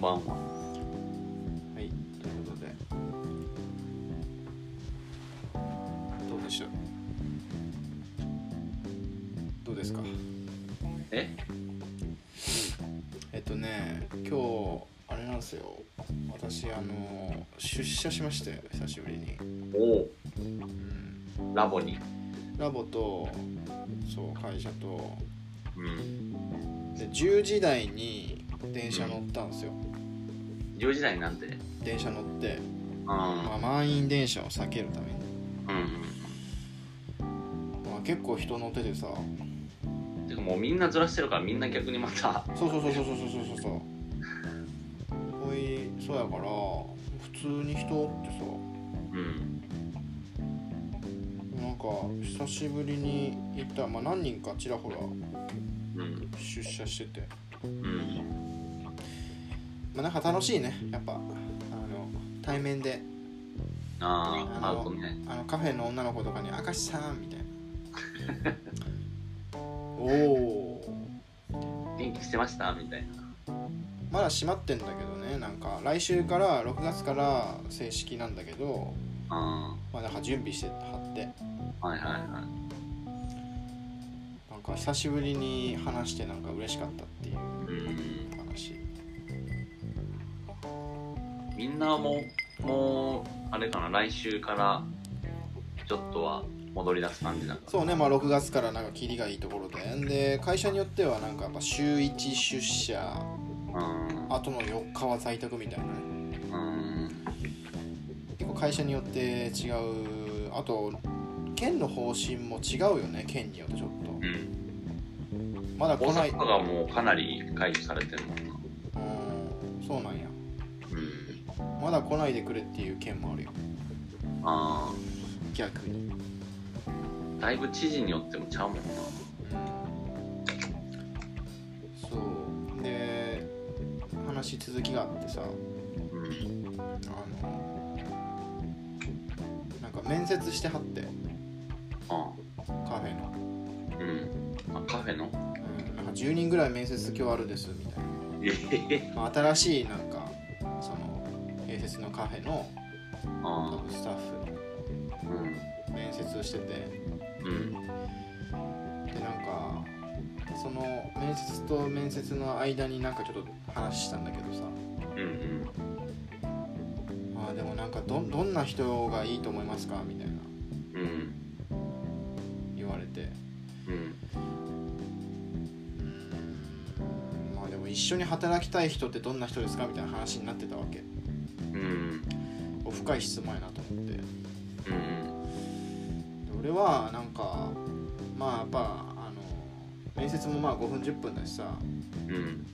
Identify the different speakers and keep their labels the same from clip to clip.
Speaker 1: ばんは。
Speaker 2: はいということでどうでしょうどうですか
Speaker 1: え
Speaker 2: えっとね今日あれなんですよ私あの出社しましたよ久しぶりに、
Speaker 1: おお、
Speaker 2: うん、
Speaker 1: ラボに。
Speaker 2: ラボとそう会社と
Speaker 1: うん。
Speaker 2: で10時台に電車乗ったんですよ
Speaker 1: 10時台になんて。うん。
Speaker 2: 電車乗って、ま
Speaker 1: う
Speaker 2: あ、満員電車を避けるために、
Speaker 1: ん。
Speaker 2: まあ、結構人乗っててさ
Speaker 1: てかもうみんなずらしてるからみんな逆にまた。
Speaker 2: そうそうそうそうそうそうそうそうおいそうやから普通に人おってさ
Speaker 1: うん。
Speaker 2: なんか久しぶりに行ったまあ何人かちらほら
Speaker 1: うん。
Speaker 2: 出社してて
Speaker 1: うん。
Speaker 2: まあなんか楽しいねやっぱあの対面で
Speaker 1: あ
Speaker 2: あ
Speaker 1: あ、
Speaker 2: の
Speaker 1: アウトね。
Speaker 2: あのカフェの女の子とかに「明石さん」みたいなおお
Speaker 1: 元気してましたみたいな。
Speaker 2: まだ閉まってんだけどねなんか来週から6月から正式なんだけど
Speaker 1: あ
Speaker 2: まあなんか準備してはって
Speaker 1: あ、はいはいはい。
Speaker 2: なんか久しぶりに話してなんか嬉しかったっていう
Speaker 1: うん
Speaker 2: 話
Speaker 1: みんなももうあれかな来週からちょっとは戻り出す感じなのか
Speaker 2: そうねまあ6月からなんかキリがいいところでで会社によってはなんかやっぱ週1出社
Speaker 1: うん
Speaker 2: あとの4日は在宅みたいなね
Speaker 1: うん
Speaker 2: 結構会社によって違うあと県の方針も違うよね県によってちょっ
Speaker 1: う
Speaker 2: と
Speaker 1: ん
Speaker 2: まだ
Speaker 1: 大
Speaker 2: 来ない
Speaker 1: 阪がもうかなり解除されてるもんな
Speaker 2: うんそうなんや
Speaker 1: うん
Speaker 2: まだ来ないでくれっていう県もあるよ
Speaker 1: あ
Speaker 2: 逆に
Speaker 1: あだいぶ知事によってもちゃうもんな
Speaker 2: そうで話続きがあってさ
Speaker 1: うん
Speaker 2: あのなんか面接してはって
Speaker 1: あ
Speaker 2: カフェの、
Speaker 1: ーうんあカフェの
Speaker 2: うん、なんか10人ぐらい面接今日あるですみたい
Speaker 1: えへへ
Speaker 2: な、まあ、新しいなんかその併設のカフェの多
Speaker 1: あ
Speaker 2: 分スタッ
Speaker 1: あ
Speaker 2: フ
Speaker 1: うん
Speaker 2: の面接をしてて
Speaker 1: うん
Speaker 2: でなんかその面接と面接の間になんかちょっと話したんだけどさ
Speaker 1: うん
Speaker 2: あーでもなんかどどんな人がいいと思いますかみたいな
Speaker 1: うんうん
Speaker 2: 言われて
Speaker 1: うん
Speaker 2: うんまあでも一緒に働きたい人ってどんな人ですかみたいな話になってたわけ
Speaker 1: うん
Speaker 2: お深い質問やなと思ってで
Speaker 1: うん
Speaker 2: 俺はなんかまあやっぱあの面接もまあ5分10分だしさ
Speaker 1: うん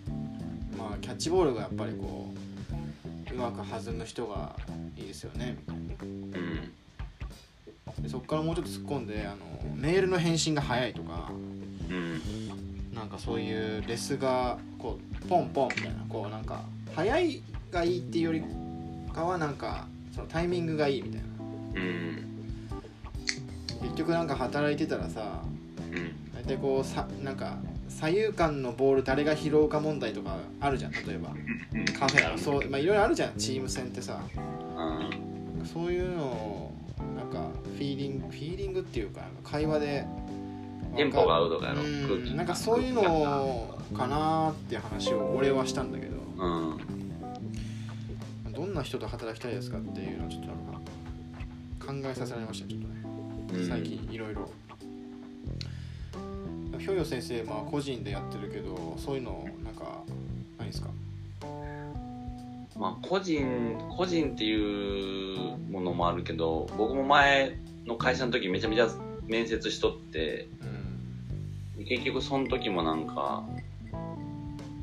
Speaker 2: まあキャッチボールがやっぱりこううまく弾む人がいいですよねみたい
Speaker 1: うん
Speaker 2: なでそこからもうちょっと突っ込んであのメールの返信が早いとか
Speaker 1: うん
Speaker 2: なんかそういうレスがこうポンポンみたいなこうなんか早いがいいっていうよりかはなんかそのタイミングがいいみたいな
Speaker 1: うん
Speaker 2: 結局なんか働いてたらさ
Speaker 1: うん
Speaker 2: 大体こうさなんか左右間のボール誰が拾うか問題とかあるじゃん例えば
Speaker 1: うん
Speaker 2: カフェやろそうまあいろいろあるじゃんチーム戦ってさ
Speaker 1: あ
Speaker 2: そういうのをなんかフィーリングフィーリングっていうかなんか会話で
Speaker 1: ーテンポが合うとかやろ
Speaker 2: うんなんかそういうのかなーって話を俺はしたんだけど
Speaker 1: うん
Speaker 2: どんな人と働きたいですかっていうのはちょっとなんか考えさせられましたねちょっとね最近いろいろひょうよ先生まあ個人でやってるけどそういうのなんかないですか
Speaker 1: まあ、個人個人っていうものもあるけど僕も前の会社の時めちゃめちゃ面接しとって
Speaker 2: うん
Speaker 1: 結局その時もなんか、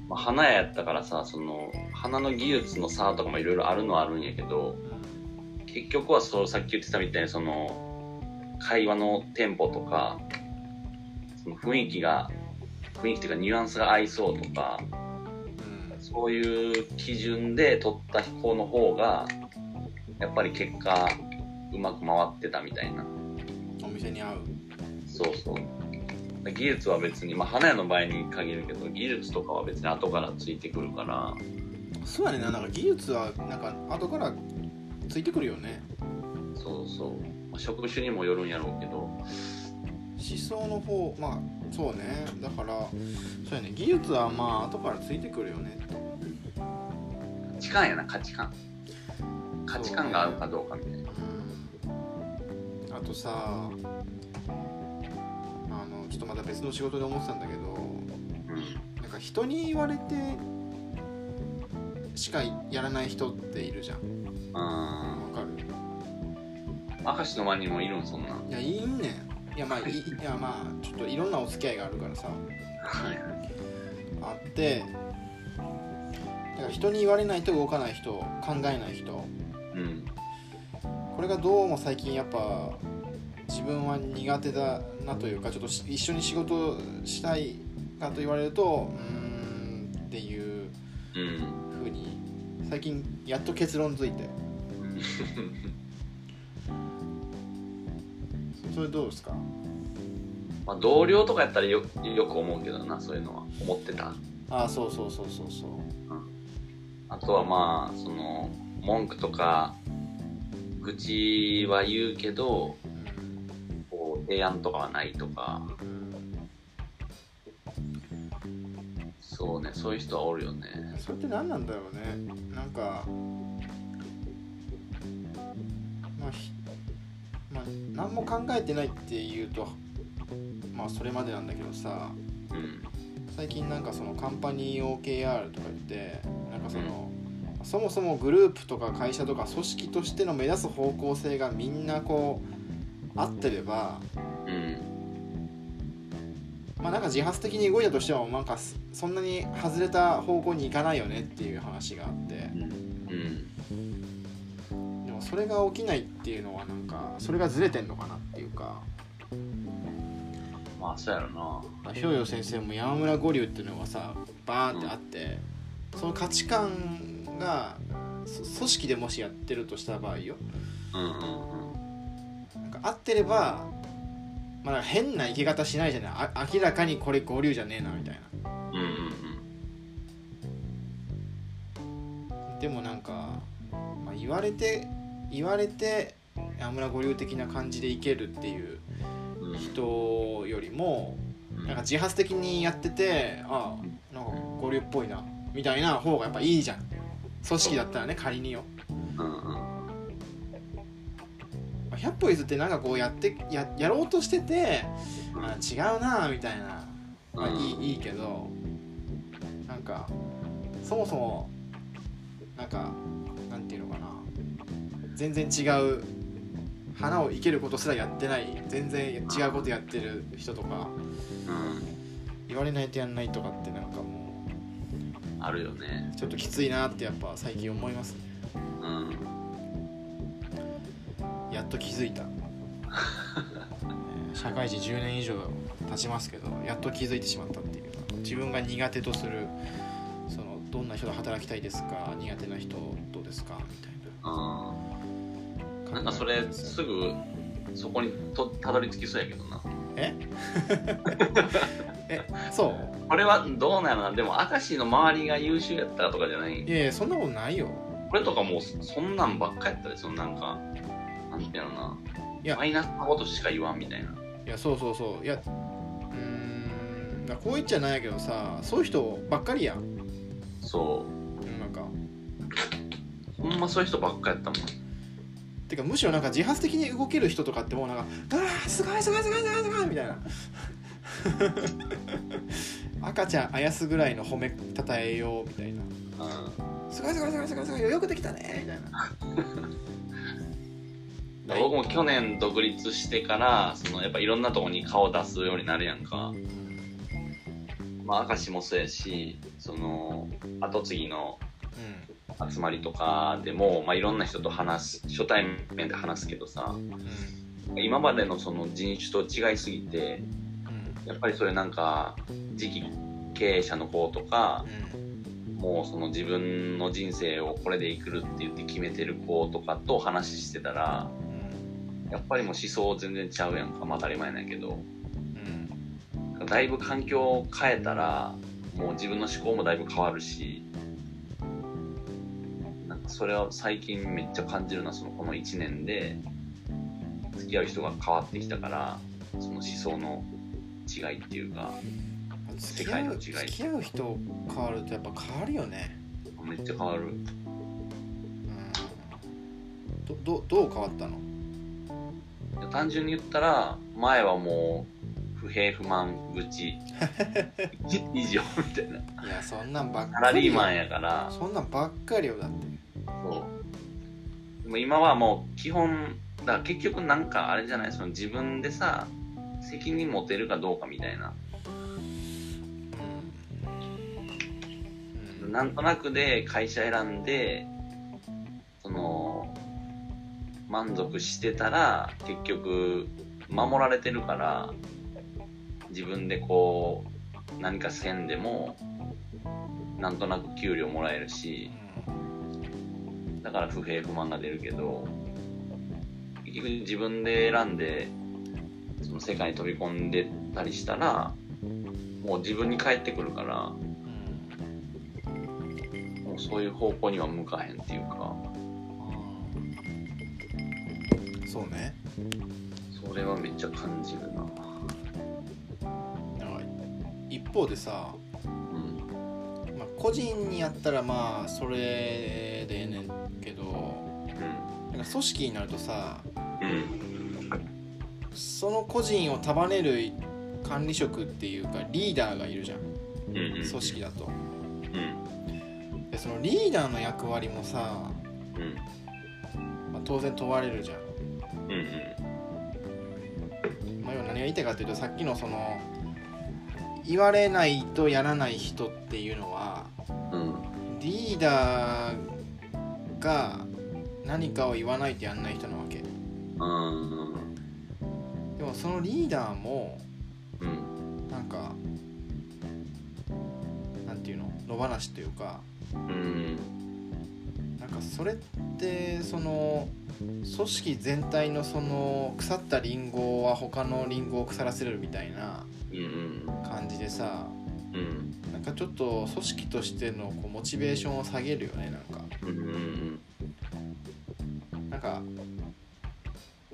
Speaker 1: まあ、花屋やったからさその花の技術の差とかもいろいろあるのはあるんやけど結局はそうさっき言ってたみたいにその会話のテンポとかその雰囲気が雰囲気っていうかニュアンスが合いそうとか
Speaker 2: うん
Speaker 1: そういう基準で取った飛行の方が、やっぱり結果、うまく回ってたみたいな。
Speaker 2: お店に合う
Speaker 1: そうそう。技術は別に、まあ、花屋の場合に限るけど、技術とかは別に後からついてくるから、
Speaker 2: そうやねんななんか技術はなんか後からついてくるよね
Speaker 1: そうそう、まあ、職種にもよるんやろうけど
Speaker 2: 思想の方まあそうねだからそうやね技術はまあ後からついてくるよね
Speaker 1: 価値観やな価値観価値観が合うかどうかみたいな
Speaker 2: あとさあのちょっとまた別の仕事で思ってたんだけど
Speaker 1: うん
Speaker 2: なんか人に言われてしかやらない人っているじゃんわ
Speaker 1: あ
Speaker 2: かる
Speaker 1: ー明石の間にもいるんそんなん
Speaker 2: いやいいねんいやまあいいいやまあちょっといろんなお付き合いがあるからさ
Speaker 1: はいはい
Speaker 2: あってだから人に言われないと動かない人考えない人
Speaker 1: うん
Speaker 2: これがどうも最近やっぱ自分は苦手だなというかちょっとし一緒に仕事したいかと言われるとうーんっていう
Speaker 1: うん
Speaker 2: ふうに最近やっと結論づいてそれどうですか
Speaker 1: まあ同僚とかやったらよよく思うけどなそういうのは思ってた
Speaker 2: ああそうそうそうそうそう
Speaker 1: あとはまあその文句とか愚痴は言うけどこう提案とかはないとか
Speaker 2: うん
Speaker 1: そうねそういう人はおるよね
Speaker 2: それって何なんだろうねなんかまあひまあ何も考えてないっていうとまあそれまでなんだけどさ
Speaker 1: うん
Speaker 2: 最近なんかそのカンパニー OKR とか言ってなんかその、そもそもグループとか会社とか組織としての目指す方向性がみんなこう合ってれば
Speaker 1: うん
Speaker 2: まあなんか自発的に動いたとしてもなんかすそんなに外れた方向に行かないよねっていう話があって
Speaker 1: うん
Speaker 2: でもそれが起きないっていうのはなんかそれがずれてんのかなっていうか
Speaker 1: まあそうやろな
Speaker 2: まあひょうよ先生も山村五流っていうのがさバーンってあって、その価値観がそ組織でもしやってるとした場合よ
Speaker 1: うんうんうん
Speaker 2: なんか合ってれば、まあ、なんか変な生き方しないじゃないあ明らかにこれ五流じゃねえなみたい
Speaker 1: うんうん
Speaker 2: なでもなんか、まあ、言われて言われて山村五流的な感じでいけるっていう
Speaker 1: うんうん
Speaker 2: 人よりもなんか自発的にやっててああなんか五流っぽいなみたいな方がやっぱいいじゃん組織だったらね仮によ
Speaker 1: うんうん
Speaker 2: まあ100歩譲ってなんかこうやってややろうとしててあ違うなみたいな、まあ、いいいいけどなんかそもそもなんかなんていうのかな全然違う花を生けることすらやってない全然違うことやってる人とか
Speaker 1: うん
Speaker 2: 言われないとやんないとかってなんかも
Speaker 1: あるよね
Speaker 2: うちょっときついなってやっぱ最近思いますね
Speaker 1: うん
Speaker 2: やっと気づいたね社会人10年以上経ちますけどやっと気づいてしまったっていう自分が苦手とするそのどんな人と働きたいですか苦手な人どうですかみたい
Speaker 1: うん
Speaker 2: な
Speaker 1: なんかそれすぐそこにとたどり着きそうやけどな
Speaker 2: ええそ
Speaker 1: これはどうなのなでも明石の周りが優秀やったらとかじゃないう
Speaker 2: いやいやそんなことないよ
Speaker 1: これとかもうそんなんばっかやったでそのなんかなんていうのない
Speaker 2: や
Speaker 1: マイナスなことしか言わんみたいない
Speaker 2: やそうそうそういやうーんだからこう言っちゃないけどさそういう人ばっかりやん
Speaker 1: そ
Speaker 2: 世の中
Speaker 1: うほんまそういう人ばっかやったもん
Speaker 2: てかむしろなんか自発的に動ける人とかってもうなんか「あーすごいすごいすごいすごいすごい」みたい な赤ちゃんあやすぐらいの褒めたたえようみたいな
Speaker 1: う
Speaker 2: 「すごいすごいすごいすごいすごいよくできたね」みたい な
Speaker 1: ん僕も去年独立してからそのやっぱいろんなとこに顔出すようになるやんか
Speaker 2: うん
Speaker 1: まあ明石もそうやしその後継ぎの集まりとかでも、まあ、いろんな人と話す初対面で話すけどさ
Speaker 2: うん
Speaker 1: 今までのその人種と違いすぎてやっぱりそれなんか次期経営者の子とか
Speaker 2: うん
Speaker 1: もうその自分の人生をこれで生きるって言って決めてる子とかと話してたらやっぱりもう思想全然ちゃうやんかまあ当たり前なんやけど
Speaker 2: うん
Speaker 1: だいぶ環境を変えたらもう自分の思考もだいぶ変わるしそれは最近めっちゃ感じるなそのこの1年で付き合う人が変わってきたからその思想の違いっていうか
Speaker 2: 付き合う
Speaker 1: 世界の違い
Speaker 2: 付き合う人変わるとやっぱ変わるよね
Speaker 1: めっちゃ変わる
Speaker 2: うんどどどう変わったの
Speaker 1: 単純に言ったら前はもう不平不満愚痴以上みたいない
Speaker 2: やそんなんばっ
Speaker 1: サ
Speaker 2: か
Speaker 1: ラ
Speaker 2: り
Speaker 1: リ
Speaker 2: よ
Speaker 1: ーマンやから
Speaker 2: そんなんばっかりよだって
Speaker 1: そうでも今はもう基本だから結局なんかあれじゃないその自分でさ責任持てるかどうかみたいな
Speaker 2: うん、うん、
Speaker 1: なんとなくで会社選んでその満足してたら結局守られてるから自分でこう何かせんでもなんとなく給料もらえるしだから不平不満が出るけど結局自分で選んでその世界に飛び込んでたりしたらもう自分に返ってくるから
Speaker 2: うん
Speaker 1: もうそういう方向には向かへんっていうか
Speaker 2: うんそうね
Speaker 1: それはめっちゃ感じるな
Speaker 2: なんか一方でさ、
Speaker 1: うん
Speaker 2: まあ、個人にやったらまあそれでええねんけどなんか組織になるとさ
Speaker 1: うん
Speaker 2: その個人を束ねる管理職っていうかリーダーがいるじゃん
Speaker 1: うんうんうん
Speaker 2: 組織だと
Speaker 1: うん
Speaker 2: でそのリーダーの役割もさ、
Speaker 1: うん
Speaker 2: まあ、当然問われるじゃん、
Speaker 1: うんうん
Speaker 2: まあ、要は何が言いたいかというとさっきのその言われないとやらない人っていうのは
Speaker 1: うん
Speaker 2: リーダーが何かを言わないとやんない人なわけで
Speaker 1: うん
Speaker 2: もそのリーダーも
Speaker 1: うん
Speaker 2: なんかなんていうの野放しというか
Speaker 1: うん
Speaker 2: なんかそれってその組織全体のその腐ったリンゴは他のリンゴを腐らせるみたいな
Speaker 1: うん
Speaker 2: 感じでさ
Speaker 1: うん
Speaker 2: なんかちょっと組織としてのこうモチベーションを下げるよねなんか
Speaker 1: うんうん
Speaker 2: なんか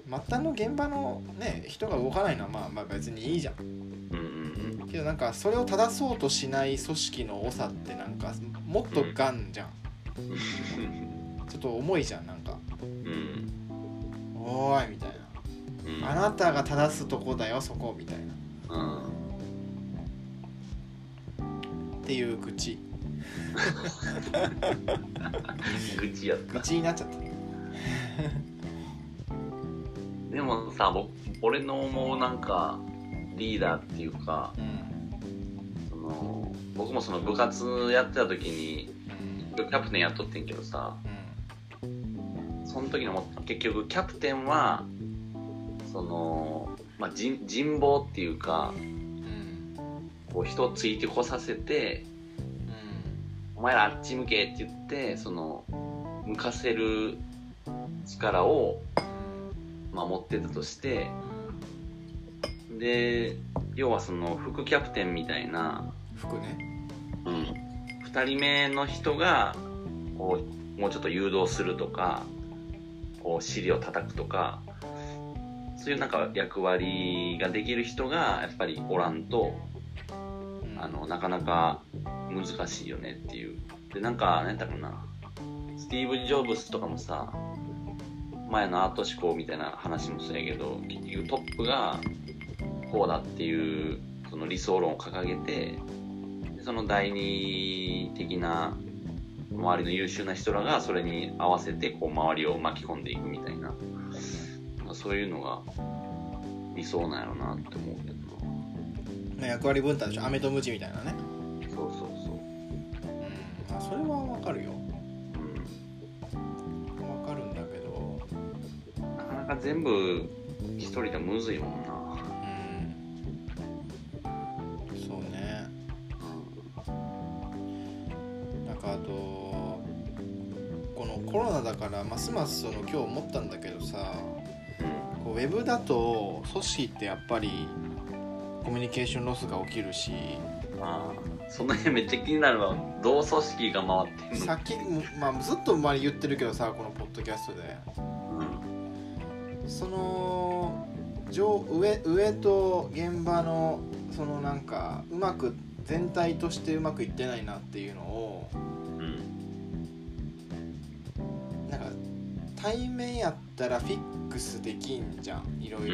Speaker 2: 末端の現場のね人が動かないのはまあまあ別にいいじゃん
Speaker 1: うんうん
Speaker 2: けどなんかそれを正そうとしない組織の多さってなんかもっとガンじゃんちょっと重いじゃんなんか
Speaker 1: うん
Speaker 2: 「おーい」みたいな
Speaker 1: うん
Speaker 2: あなたが正すとこだよそこみたいなっ
Speaker 1: うん
Speaker 2: ていう愚痴
Speaker 1: 愚痴やった
Speaker 2: 愚痴になっちゃった
Speaker 1: でもさ僕俺の思うなんかリーダーっていうか
Speaker 2: うん
Speaker 1: その僕もその部活やってた時に
Speaker 2: うん
Speaker 1: キャプテンやっとってんけどさ
Speaker 2: うん
Speaker 1: その時のも結局キャプテンはその、まあ、人人望っていうか
Speaker 2: うん
Speaker 1: こう人をついてこさせて「お前らあっち向け」って言ってその向かせる力をまあ持ってたとしてで要はその副キャプテンみたいな、
Speaker 2: 服ね
Speaker 1: うん、2人目の人がこうもうちょっと誘導するとかこう尻を叩くとかそういうなんか役割ができる人がやっぱりおらんと
Speaker 2: うん
Speaker 1: あのなかなか難しいよねっていうでなんか何だろうなスティーブ・ジョブズとかもさ前のアート思考みたいな話もそうやけど結局トップがこうだっていうその理想論を掲げてでその第二的な周りの優秀な人らがそれに合わせてこう周りを巻き込んでいくみたいなまあそういうのが理想なんやろなって思うけどな
Speaker 2: 役割分担でしょ飴とムチみたいなね
Speaker 1: そうそうそう
Speaker 2: うんまあそれはわかるよ
Speaker 1: うん
Speaker 2: わかるんだけど
Speaker 1: なかなか全部一人でむずいもんな。
Speaker 2: うんそうねなんかあとこのコロナだからますますその今日思ったんだけどさこうウェブだと組織ってやっぱりコミュニケーションロスが起きるし
Speaker 1: うん。ああその辺めっちゃ気になるわどう組織が回ってんの
Speaker 2: さっきも、まあ、ずっと前に言ってるけどさこのポッドキャストで
Speaker 1: うん
Speaker 2: その上上上と現場のそのなんかうまく全体としてうまくいってないなっていうのを
Speaker 1: うん
Speaker 2: なんか対面やったらフィックスできんじゃんいろ
Speaker 1: うん
Speaker 2: いろ、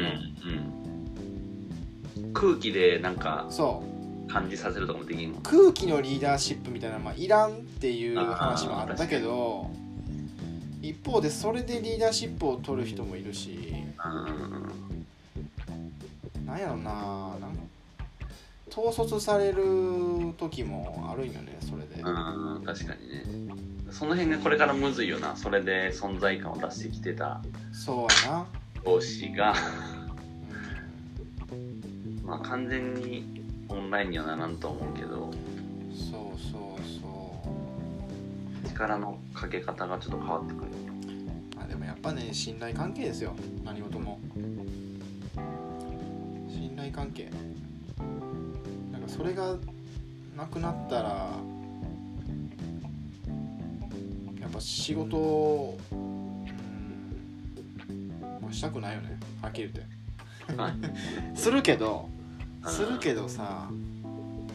Speaker 1: うん空気でなんか
Speaker 2: そう
Speaker 1: 感じさせるとかもできんの
Speaker 2: 空気のリーダーシップみたいなのはいらんっていう話もあったけど一方でそれでリーダーシップを取る人もいるし
Speaker 1: うんうんうん
Speaker 2: なんやろななん統率される時もあるんよねそれで、
Speaker 1: うん確かにねその辺がこれからむずいよなそれで存在感を出してきてた
Speaker 2: そうやな
Speaker 1: 同士が
Speaker 2: う
Speaker 1: まあ完全にオンラインにはならんと思うけど
Speaker 2: んそうそうそ
Speaker 1: 力のかけ方がちょっと変わってくる
Speaker 2: うあでもやっぱね信頼関係ですよ何事も信頼関係なんかそれがなくなったらやっぱ仕事をうんまあしたくないよねはっきり言
Speaker 1: は
Speaker 2: って するけど
Speaker 1: うん
Speaker 2: するけどさ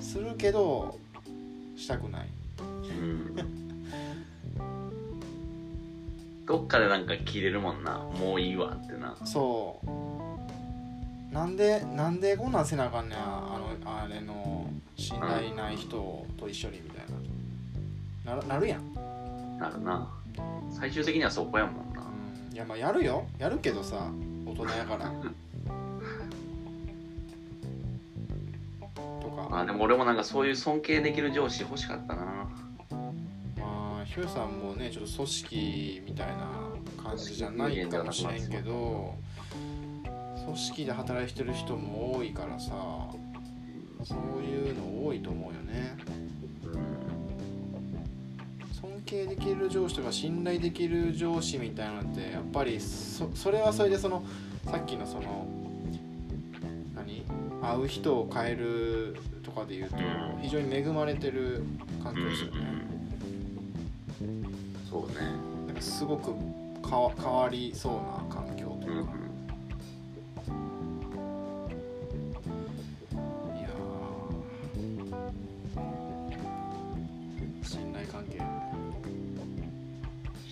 Speaker 2: するけどしたくない
Speaker 1: うんどっかでなんか切れるもんなもういいわってな
Speaker 2: そうなんでなんでこんなんせなあかんねんあのあれの信頼ない人と一緒にみたいななるなるやん、
Speaker 1: なるな最終的にはそこやもんな
Speaker 2: うん、いやまあやるよやるけどさ大人やからとか
Speaker 1: あでも俺もなんかそういう尊敬できる上司欲しかったな
Speaker 2: まあヒューさんもねちょっと組織みたいな感じじゃないかもしれんけど組織で働いてる人も多いからさそういうの多いと思うよね
Speaker 1: うん
Speaker 2: 尊敬できる上司とか信頼できる上司みたいなのってやっぱりそそれはそれでそのさっきのその何会う人を変えるとかで言うと
Speaker 1: うん
Speaker 2: 非常に恵まれてる環
Speaker 1: うん
Speaker 2: 境ですよね
Speaker 1: そうね
Speaker 2: なんかすごくかわ変わりそうな環境と
Speaker 1: うん
Speaker 2: いううか、
Speaker 1: ん
Speaker 2: いやー信頼関係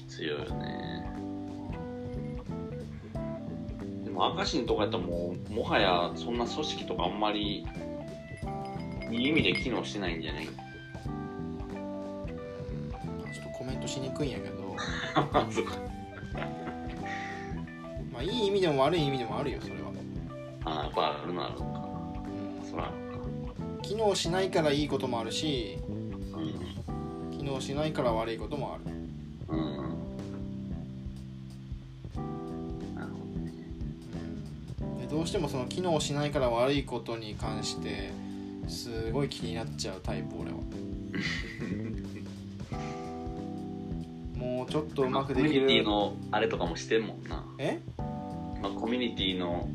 Speaker 1: 必要よねでも赤信とかやったらもうもはやそんな組織とかあんまりいい意味で機能してないんじゃ ない
Speaker 2: うんちょっとコメントしにくいんやけど
Speaker 1: そうか
Speaker 2: まあいい意味でも悪い意味でもあるよそれは、
Speaker 1: ああやっぱあるのあるの
Speaker 2: うん
Speaker 1: かそらあるのか
Speaker 2: 機能しないからいいこともあるし
Speaker 1: う
Speaker 2: 機能しないから悪いこともある
Speaker 1: んうんなるほどね
Speaker 2: でどうしてもその機能しないから悪いことに関してすごい気になっちゃうタイプ 俺はもうちょっとうまくでき
Speaker 1: コミュニティ
Speaker 2: る
Speaker 1: のあれとかもしてんもんな、
Speaker 2: え
Speaker 1: まあ、コミュニティの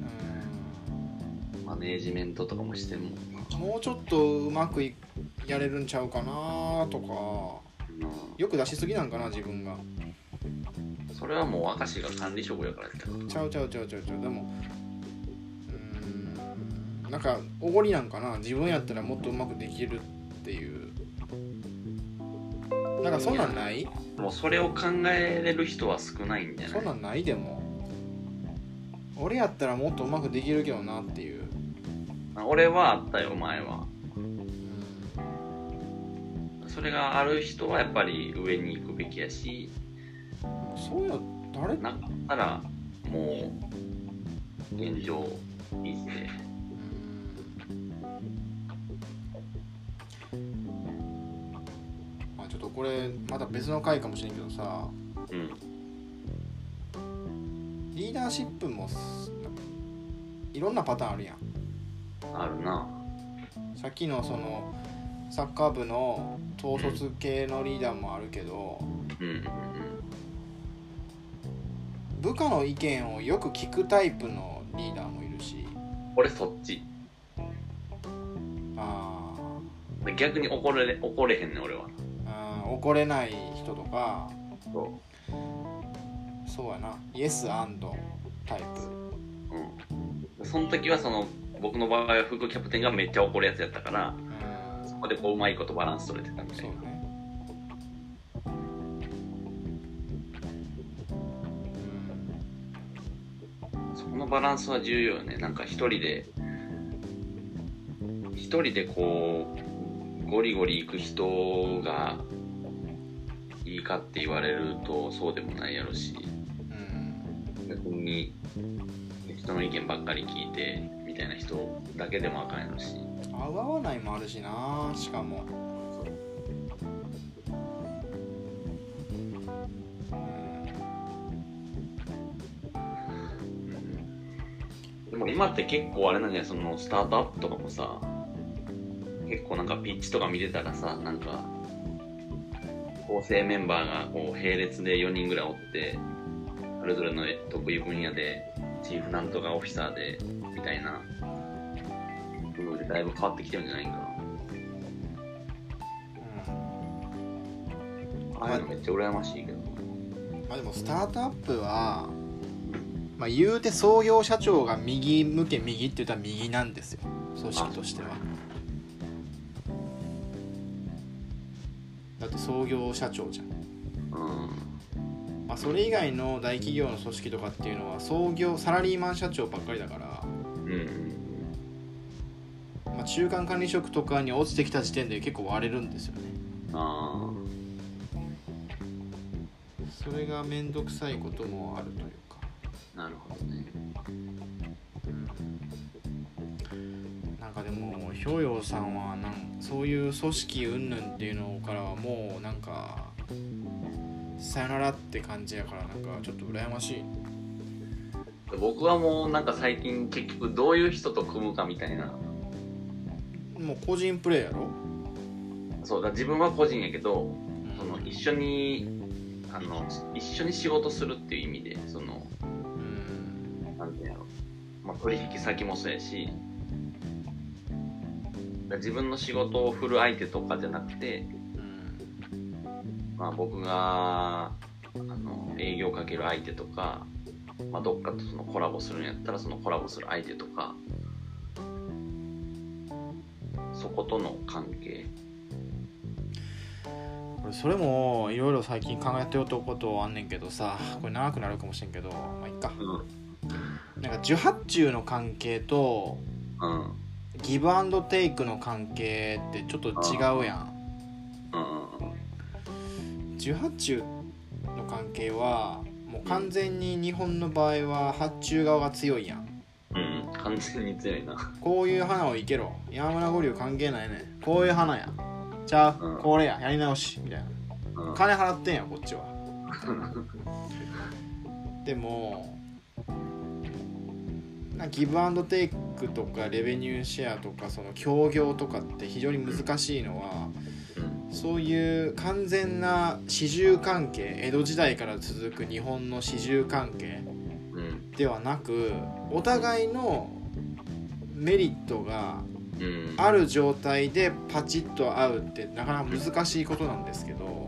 Speaker 2: う
Speaker 1: マネージメントとかもしてんもんな、
Speaker 2: んもうちょっとうまくいやれるんちゃうかなとか
Speaker 1: う
Speaker 2: よく出しすぎなんかな自分が
Speaker 1: ん、それはもう明石が管理職やからやった
Speaker 2: ちゃうちゃうちゃうちゃうちゃうでもうーんなんかおごりなんかな自分やったらもっとうまくできるっていうなんかそんなんない
Speaker 1: もうそれを考えれる人は少ないんじゃな
Speaker 2: そ
Speaker 1: い
Speaker 2: んなんないでも俺やったらもっとうまくできるけどなっていう
Speaker 1: 俺はあったよ前はそれがある人はやっぱり上に行くべきやし
Speaker 2: そういうの誰
Speaker 1: なかったらもう現状維持で
Speaker 2: まあちょっとこれまた別の回かもしれんけどさ
Speaker 1: うん
Speaker 2: リーダーシップもいろんなパターンあるやん
Speaker 1: あるな
Speaker 2: さっきのそのサッカー部の統率系のリーダーもあるけど
Speaker 1: うんうん
Speaker 2: 部下の意見をよく聞くタイプのリーダーもいるし
Speaker 1: 俺そっち
Speaker 2: あー
Speaker 1: で逆に怒れ怒れへんねん俺は
Speaker 2: うん怒れない人とか
Speaker 1: そ
Speaker 2: そうやなイエスアンドタイプ
Speaker 1: ううんその時はその僕の場合は副キャプテンがめっちゃ怒るやつやったから
Speaker 2: うん
Speaker 1: そこでこううまいことバランス取れてたみた
Speaker 2: そ
Speaker 1: いうな
Speaker 2: ねうん
Speaker 1: そこのバランスは重要よねなんか一人で一人でこうゴリゴリ行く人がいいかって言われるとそうでもないやろし
Speaker 2: うん
Speaker 1: 逆に人の意見ばっかり聞いてみたいな人だけでもあかんやろし
Speaker 2: 合う合わないもあるしなしかもうん
Speaker 1: でも今って結構あれなんじゃないそのスタートアップとかもさ結構なんかピッチとか見てたらさなんか構成メンバーがこう並列で4人ぐらいおってそれぞれの得意分野でチーフなんとかオフィサーでみたいなのでだいぶ変わってきてるんじゃないかなああいうのめっちゃ羨ましいけど
Speaker 2: まあでもスタートアップはまあ言うて創業社長が右向け右って言ったら右なんですよ組織としてはだって創業社長じゃん
Speaker 1: うん
Speaker 2: まあ、それ以外の大企業の組織とかっていうのは創業サラリーマン社長ばっかりだから、
Speaker 1: うん
Speaker 2: まあ、中間管理職とかに落ちてきた時点で結構割れるんですよね
Speaker 1: あ
Speaker 2: それが面倒くさいこともあるというか
Speaker 1: あなるほどね
Speaker 2: なんかでもひょうようさんはなんそういう組織云々っていうのからはもうなんかさよならって感じやからなんかちょっと羨ましい
Speaker 1: 僕はもうなんか最近結局どういう人と組むかみたいな
Speaker 2: もう個人プレーやろ、
Speaker 1: そうだ自分は個人やけど
Speaker 2: うん
Speaker 1: その一緒にあの一緒に仕事するっていう意味でその
Speaker 2: うん
Speaker 1: なんていうんやろ、まあ、取引先もそうやしだ自分の仕事を振る相手とかじゃなくて、
Speaker 2: うん
Speaker 1: まあ、僕があの営業かける相手とか、まあ、どっかとそのコラボするんやったらそのコラボする相手とかそことの関係
Speaker 2: 俺それもいろいろ最近考えておったことあんねんけどさこれ長くなるかもしれんけどまあいっか
Speaker 1: う
Speaker 2: なんか受発注の関係と
Speaker 1: んうん
Speaker 2: ギブアンドテイクの関係ってちょっと違うやん
Speaker 1: うんうん
Speaker 2: 受発注の関係はもう完全に日本の場合は発注側が強いやん
Speaker 1: うん完全に強いな
Speaker 2: こういう花をいけろ山村五流関係ないねこういう花やじゃ
Speaker 1: う
Speaker 2: あ
Speaker 1: ん
Speaker 2: これややり直しみたいな
Speaker 1: うん
Speaker 2: 金払ってんやこっち はでもなんかギブアンドテイクとかレベニューシェアとかその協業とかって非常に難しいのは
Speaker 1: うん
Speaker 2: そういう完全な始終関係江戸時代から続く日本の始終関係
Speaker 1: うん
Speaker 2: ではなくお互いのメリットが
Speaker 1: うん
Speaker 2: ある状態でパチッと合うってなかなか難しいことなんですけ
Speaker 1: うん
Speaker 2: ど。
Speaker 1: うん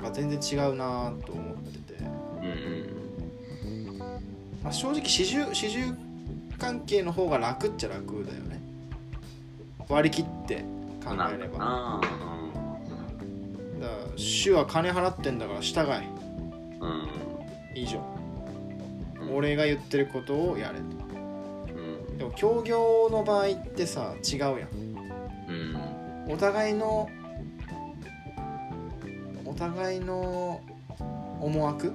Speaker 2: なんか全然違うなと思ってて、
Speaker 1: うんうん
Speaker 2: まあ、正直始終始終関係の方が楽っちゃ楽だよね割り切って考
Speaker 1: うんな
Speaker 2: え
Speaker 1: ん
Speaker 2: れ
Speaker 1: だ
Speaker 2: ばだか
Speaker 1: な
Speaker 2: ら主は金払ってんだから従
Speaker 1: うん
Speaker 2: い以上
Speaker 1: うん
Speaker 2: 俺が言ってることをやれと
Speaker 1: うん
Speaker 2: でも協業の場合ってさ違うやん
Speaker 1: うん
Speaker 2: お互いのお互いの思惑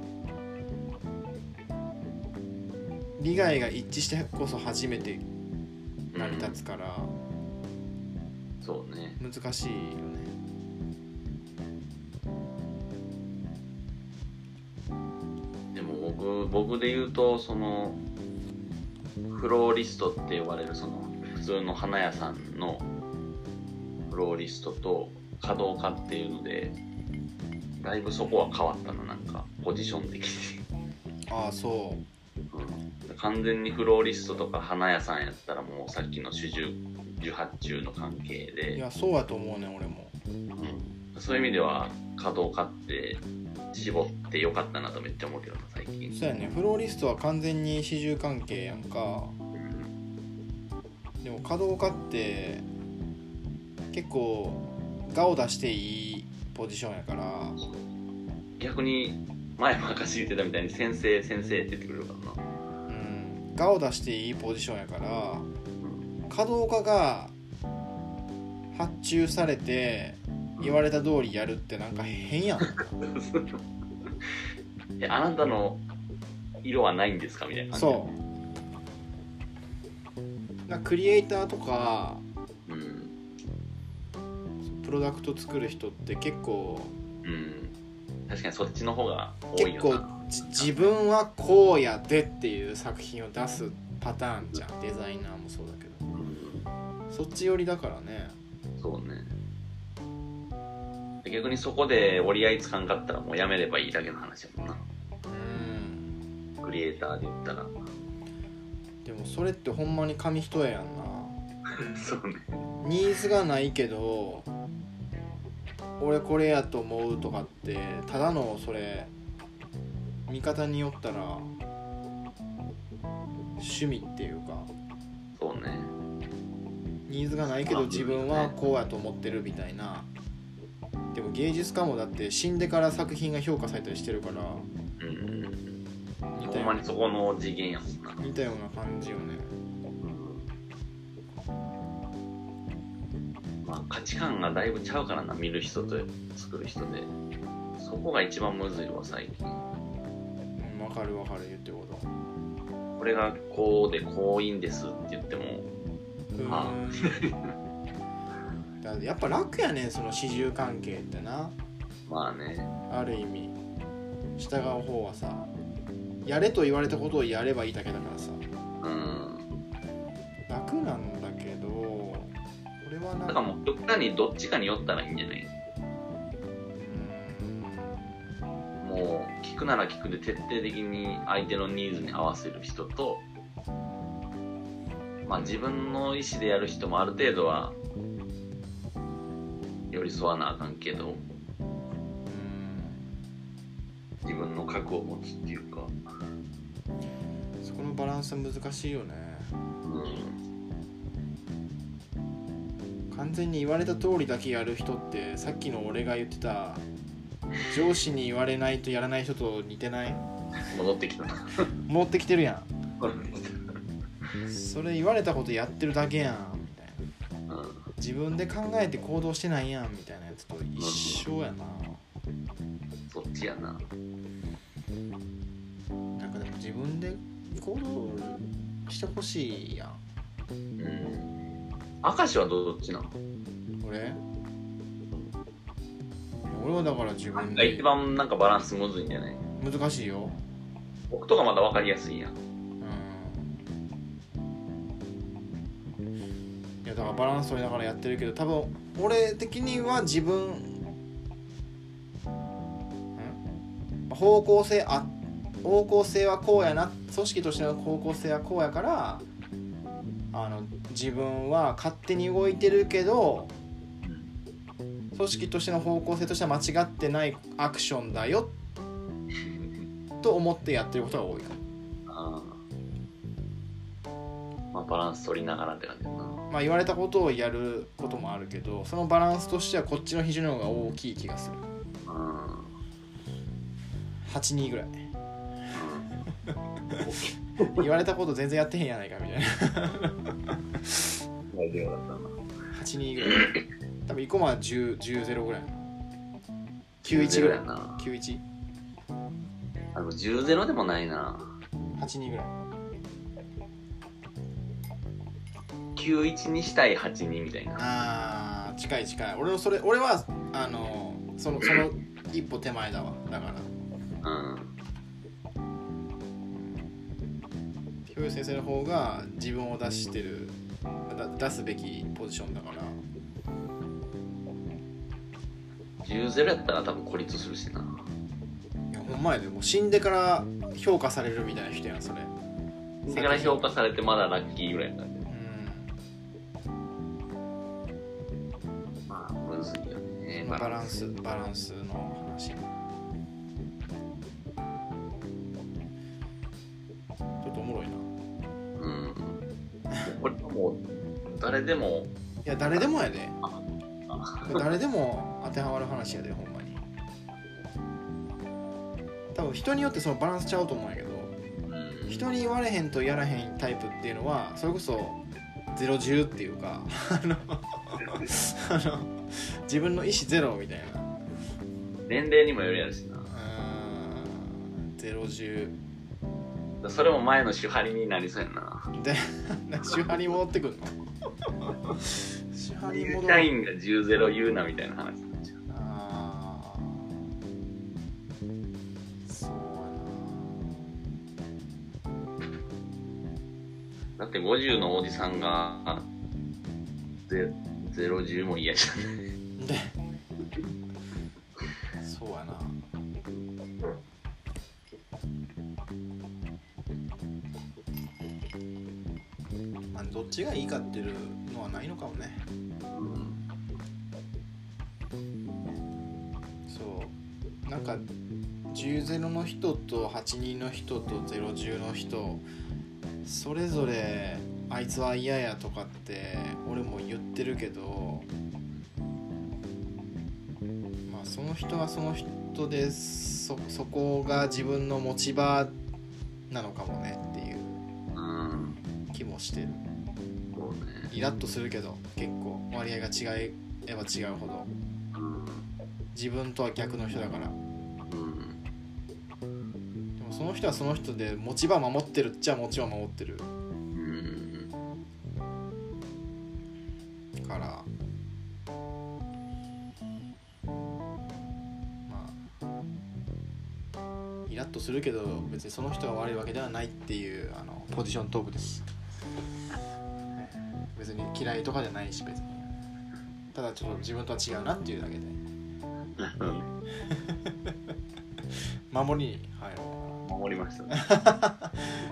Speaker 2: 利害が一致してこそ初めて
Speaker 1: うん
Speaker 2: 成り立つから
Speaker 1: そうね
Speaker 2: 難しいよね、
Speaker 1: でも僕僕で言うとそのフローリストって呼ばれるその普通の花屋さんのフローリストと華道家っていうのでだいぶそこは変わったななんかポジション的に
Speaker 2: ああそう
Speaker 1: うん完全にフローリストとか花屋さんやったらもうさっきの主従受発注の関係
Speaker 2: い
Speaker 1: で、
Speaker 2: やそうやと思うね俺も
Speaker 1: うんそういう意味では角を買って絞ってよかったなとめっちゃ思うけどな最近、
Speaker 2: そうやねフローリストは完全に始終関係やんか
Speaker 1: うん
Speaker 2: でも稼働家って結構我を出していいポジションやから
Speaker 1: 逆に前任せ言ってたみたいに先生先生って言ってくれるからな、
Speaker 2: うん我を出していいポジションやから
Speaker 1: うん
Speaker 2: 稼働家が発注されて言われた通りやるってなんか変やん
Speaker 1: えあなたの色はないんですかみたいな感じ
Speaker 2: そうなクリエイターとか
Speaker 1: ううん
Speaker 2: プロダクト作る人って結構
Speaker 1: うん確かにそっちの方が多い
Speaker 2: 結
Speaker 1: よ
Speaker 2: 構
Speaker 1: な
Speaker 2: じ自分はこうやでっていう作品を出すパターンじゃんデザイナーもそうだけど
Speaker 1: うん
Speaker 2: そっち寄りだからね
Speaker 1: そうねで逆にそこで折り合いつかんかったらもうやめればいいだけの話やもんな
Speaker 2: うん
Speaker 1: クリエイターで言ったら
Speaker 2: でもそれってほんまに紙一重やんな
Speaker 1: そうね
Speaker 2: ニーズがないけど俺これやと思うとかってただのそれ見方によったら趣味っていうか
Speaker 1: そうね
Speaker 2: ニーズがないけど自分はこうやと思ってるみたいなでも芸術家もだって死んでから作品が評価されたりしてるから
Speaker 1: うん
Speaker 2: 似
Speaker 1: ほ
Speaker 2: た
Speaker 1: ん
Speaker 2: よ
Speaker 1: ま
Speaker 2: う
Speaker 1: にそこの次元やもんな
Speaker 2: 似たような感じよね
Speaker 1: まあ価値観がだいぶちゃうからな見る人と作る人でそこが一番むずいわ最近
Speaker 2: うんわかるわかる言ってること
Speaker 1: これがこうでこういいんですって言っても
Speaker 2: うん
Speaker 1: あ
Speaker 2: だってやっぱ楽やねんその始終関係ってな
Speaker 1: まあね
Speaker 2: ある意味従う方はさやれと言われたことをやればいいだけだからさ
Speaker 1: うん
Speaker 2: 楽なんだけどこれはな
Speaker 1: だ
Speaker 2: ん
Speaker 1: からもう極端にどっちかによったらいいんじゃない
Speaker 2: うん
Speaker 1: もう聞くなら聞くで徹底的に相手のニーズに合わせる人と、まあ、自分の意思でやる人もある程度は寄り添わなあかんけど自分の核を持つっていうか、
Speaker 2: うんそこのバランスは難しいよね
Speaker 1: うん、
Speaker 2: 完全に言われた通りだけやる人ってさっきの俺が言ってた上司に言われないとやらない人と似てない
Speaker 1: 戻って きたな
Speaker 2: 戻ってきてるやんそれ言われたことやってるだけやんみたいな
Speaker 1: う
Speaker 2: 自分で考えて行動してないやんみたいなやつと一緒やな、
Speaker 1: ん、そっちやな
Speaker 2: なんかでも自分で行動してほしいやん
Speaker 1: うん明石はどっちなの
Speaker 2: 俺俺はだから自分
Speaker 1: が
Speaker 2: で
Speaker 1: 一番なんかバランスむずいんじゃない
Speaker 2: 難しいよ
Speaker 1: 僕とかまだ分かりやすいやん
Speaker 2: うんいやだからバランス取りながらやってるけど多分俺的には自分ん方向性あ方向性はこうやな組織としての方向性はこうやからあの自分は勝手に動いてるけど組織としての方向性としては間違ってないアクションだよと思ってやってることが多いか
Speaker 1: あーまあバランス取りながらって感じだな
Speaker 2: まあ、言われたことをやることもあるけどそのバランスとしてはこっちの比重の方が大きい気がする
Speaker 1: うん
Speaker 2: 82ぐらい言われたこと全然やってへんやないかみたいな
Speaker 1: 大丈夫だったな
Speaker 2: 82ぐらい多分生駒は10 10-0ぐらい91ぐらい
Speaker 1: な
Speaker 2: 9182
Speaker 1: あの10ゼロでもないな
Speaker 2: ぐらい
Speaker 1: 91にしたい82みたいな
Speaker 2: あー近い近い俺のそれ俺はあのそのその一歩手前だわだから
Speaker 1: うん
Speaker 2: ひょうゆ先生の方が自分を出してるだ出すべきポジションだから
Speaker 1: 10ゼロやったら多分孤立するしない
Speaker 2: やほんまやでもう死んでから評価されるみたいな人やんそれ
Speaker 1: だから評価されてまだラッキーぐらいになってる
Speaker 2: うん
Speaker 1: バランス
Speaker 2: バランスバランスの話ちょっとおもろいない
Speaker 1: うんこれはもう誰でも
Speaker 2: や誰でもやで誰でも当てはまる話やでほんまに多分人によってそのバランスちゃうと思うんやけど
Speaker 1: うん
Speaker 2: 人に言われへんとやらへんタイプっていうのはそれこそ010っていうかあのあの自分の意思ゼロみたいな
Speaker 1: 年齢にもよるやるしなだか
Speaker 2: うーん010
Speaker 1: らそれも前の手張りになりそうやな
Speaker 2: で主張に戻ってくんの主張に戻
Speaker 1: 社
Speaker 2: る
Speaker 1: 員が10ゼロ言うなみたいな話になっちゃう
Speaker 2: あーそう
Speaker 1: だって50のおじさんがゼゼロ10も嫌じゃん
Speaker 2: やなでそうやなまあどっちがいいかっていうのはないのかもね
Speaker 1: うん
Speaker 2: そうなんか10ゼロの人と82の人と010の人それぞれあいつは嫌やとかって俺も言ってるけどまあその人はその人でそそこが自分の持ち場なのかもねっていう
Speaker 1: うん
Speaker 2: 気もしてる
Speaker 1: そうね
Speaker 2: イラッとするけど結構割合が違えば違うほど
Speaker 1: うん
Speaker 2: 自分とは逆の人だから
Speaker 1: うん
Speaker 2: でもその人はその人で持ち場守ってるっちゃ持ち場守ってる
Speaker 1: うん
Speaker 2: からまあイラッとするけど別にその人が悪いわけではないっていうあのポジショントークですはい別に嫌いとかじゃないし別にただちょっと自分とは違うなっていうだけで守りに入ろう
Speaker 1: 守りま したね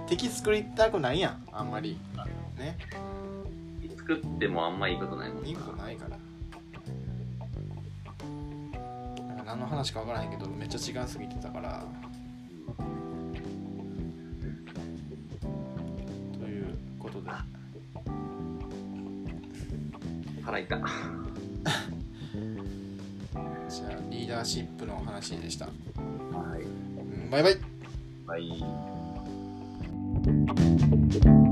Speaker 2: 敵作りたくないやんあんまりね
Speaker 1: 作ってもあんまいいことないもん
Speaker 2: いいことないからなんか何の話か分からへんけどめっちゃ時間過ぎてたからということで
Speaker 1: 腹痛
Speaker 2: じゃあリーダーシップのお話でした
Speaker 1: はい
Speaker 2: うんバイバイ
Speaker 1: はい